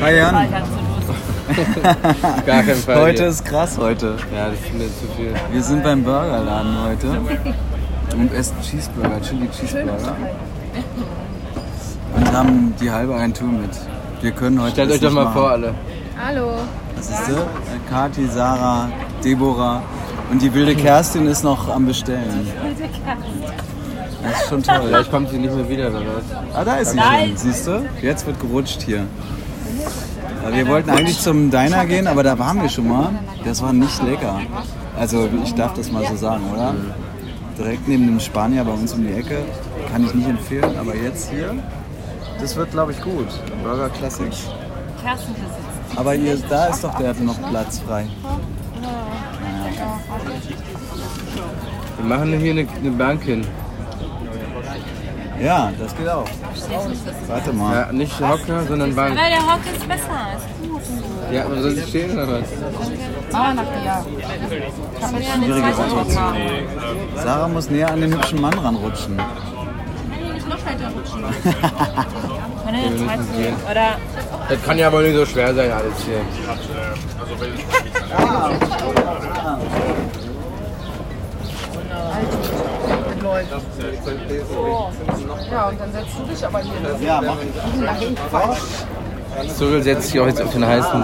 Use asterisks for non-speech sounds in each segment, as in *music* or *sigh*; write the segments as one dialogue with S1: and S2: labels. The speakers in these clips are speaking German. S1: Hi Jan.
S2: Freitag zur Durst.
S3: Gar kein Fall.
S1: Heute
S3: hier.
S1: ist krass heute.
S3: Ja, das ist mir zu viel.
S1: Wir sind beim Burgerladen heute und essen Cheeseburger, Chili Cheeseburger. Und haben die halbe Agentur mit. Wir können heute.
S3: Stellt
S1: das
S3: euch doch
S1: nicht
S3: mal
S1: machen.
S3: vor, alle.
S4: Hallo.
S1: Das ist sie. Kathi, Sarah, Deborah und die
S3: Mhm.
S1: wilde Kerstin ist noch am Bestellen. Das ist schon toll.
S3: Vielleicht kommt sie nicht mehr wieder, oder was?
S1: Ah, da ist sie
S2: Nein.
S1: schon. Siehst du? Jetzt wird gerutscht hier. Ja, Wir wollten eigentlich zum Diner gehen, aber da waren wir schon mal. Das war nicht lecker. Also ich darf das mal so sagen, oder? Direkt neben dem Spanier bei uns um die Ecke. Kann ich nicht empfehlen, aber jetzt hier, das wird glaube ich gut. Burger Classics.
S2: Kerstin hier sitzt.
S1: Aber ihr, da ist doch der noch Platz frei.
S3: Wir machen hier eine, eine Bank hin.
S1: Ja, das geht auch. Warte mal.
S3: Ja, nicht Hocker, sondern Bank.
S2: Weil der Hock ist besser. Ist gut.
S3: Ja, aber soll ich stehen oder was?
S1: Ah,
S2: Mama nach dir. Kann man ja eine
S1: Schwierige
S2: zweite Hock
S1: Situation.
S2: *laughs* machen.
S1: Sarah muss näher an den hübschen Mann ranrutschen.
S2: Kann ja eine zweite Hock Oder
S3: Das kann ja wohl nicht so schwer sein, alles hier.
S4: Ja, und dann setzt du dich aber hier.
S1: Ja, mach ich.
S3: Cyril setzt sich auch jetzt auf den heißen.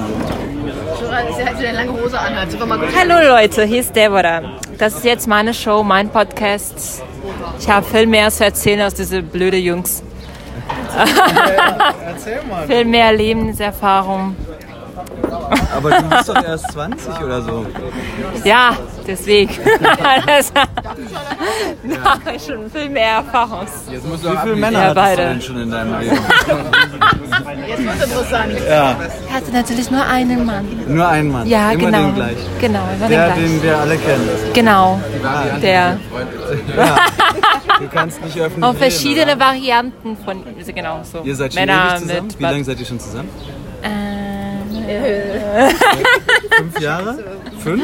S4: Florian ist ja, als er eine lange Hose anhat. Super mal gut.
S2: Hallo Leute, hier ist Deborah. Das ist jetzt meine Show, mein Podcast. Ich habe viel mehr zu erzählen als diese blöde Jungs.
S1: Erzähl mal.
S2: *laughs* Viel mehr Lebenserfahrung.
S1: Aber du bist doch erst 20 oder so.
S2: Ja, deswegen. *laughs* das, *laughs* da habe ich schon viel mehr Erfahrung.
S3: Jetzt musst du
S1: Wie viele
S2: Ja,
S1: Männer hattest du
S2: beide.
S1: denn schon in deinem Leben?
S4: Interessant.
S1: Ja,
S2: Ich hatte natürlich nur einen Mann.
S1: nur ein Mann.
S2: Ja,
S1: Immer
S2: genau.
S1: Den gleichen.
S2: Genau, immer
S1: Der,
S2: den gleichen.
S1: den wir alle kennen.
S2: Genau, der.
S1: Du kannst nicht öffentlich
S2: Auf
S1: reden,
S2: verschiedene
S1: oder?
S2: Varianten von, genau so.
S1: Ihr seid schon
S2: Männer
S1: ewig zusammen?
S2: mit Ähm,
S1: Wie lange seid ihr schon zusammen? Fünf Jahre?
S2: *laughs*
S1: Fünf?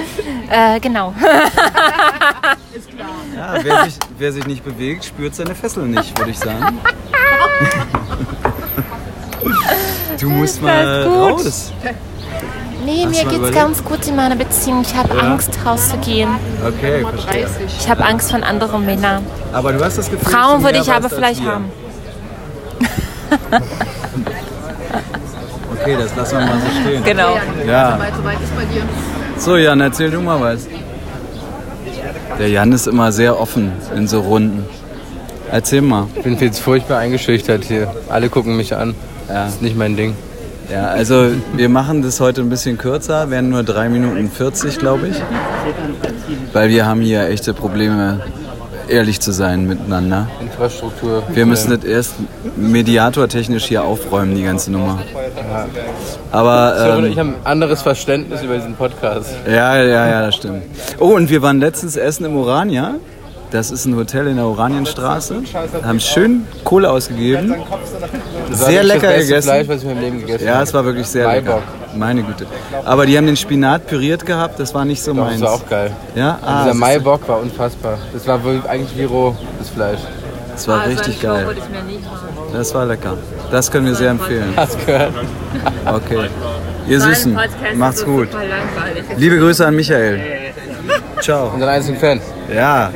S2: äh, genau.
S1: Ja, wer sich, wer sich nicht bewegt, spürt seine Fesseln nicht, würde ich sagen.
S2: *laughs*
S1: Du musst mal
S2: gut.
S1: raus. Hast du
S2: Nee, mir
S1: mal
S2: geht's
S1: überlegt?
S2: ganz gut in meiner Beziehung. Ich habe Angst, rauszugehen.
S1: Okay, verstehe.
S2: Ich habe Angst von anderen Männern.
S1: Aber du hast das Gefühl, dass
S2: Frauen
S1: du
S2: würde
S1: mehr
S2: ich aber
S1: weißt als
S2: vielleicht
S1: wir.
S2: haben.
S1: *laughs* Okay, das lassen wir mal so stehen.
S2: Genau.
S1: Ja.
S4: Weil soweit ist bei dir.
S1: So, Jan, erzähl du mal was. Der Jan ist immer sehr offen in so Runden. Erzähl mal.
S3: Ich bin jetzt furchtbar eingeschüchtert hier. Alle gucken mich an. Ja. Das ist nicht mein Ding.
S1: Ja, also wir machen das heute ein bisschen kürzer, werden nur 3 Minuten 40, glaube ich. Weil wir haben hier echte Probleme, ehrlich zu sein miteinander.
S3: Infrastruktur.
S1: Wir müssen das erst mediatortechnisch hier aufräumen, die ganze Nummer. Aber
S3: Cyril,
S1: ähm,
S3: ich habe ein anderes Verständnis über diesen Podcast.
S1: Ja, ja, ja, das stimmt. Oh, und wir waren letztens essen im Orania. Das ist ein Hotel in der Oranienstraße. Haben schön Kohle ausgegeben.
S3: Das
S1: Sehr
S3: wirklich
S1: lecker
S3: das beste
S1: gegessen.
S3: Fleisch, was ich in meinem Leben gegessen
S1: Ja,
S3: habe.
S1: es war wirklich sehr lecker.
S3: Maibock.
S1: Meine Güte. Aber die haben den Spinat püriert gehabt, das war nicht so
S3: Doch,
S1: meins.
S3: Das war auch geil.
S1: Ja, ah,
S3: Dieser
S1: das,
S3: Maibock war unfassbar. Das war wohl eigentlich wie roh, das Fleisch.
S1: Ah, das war richtig geil.
S2: Also, ich mir nicht machen.
S1: Das war lecker. Das können wir sehr *laughs* empfehlen.
S3: Hast gehört?
S1: Okay. Ihr Süßen, macht's gut.
S2: langweilig.
S1: Liebe Grüße an Michael. Ciao.
S3: Unseren einzigen Fan.
S1: Ja.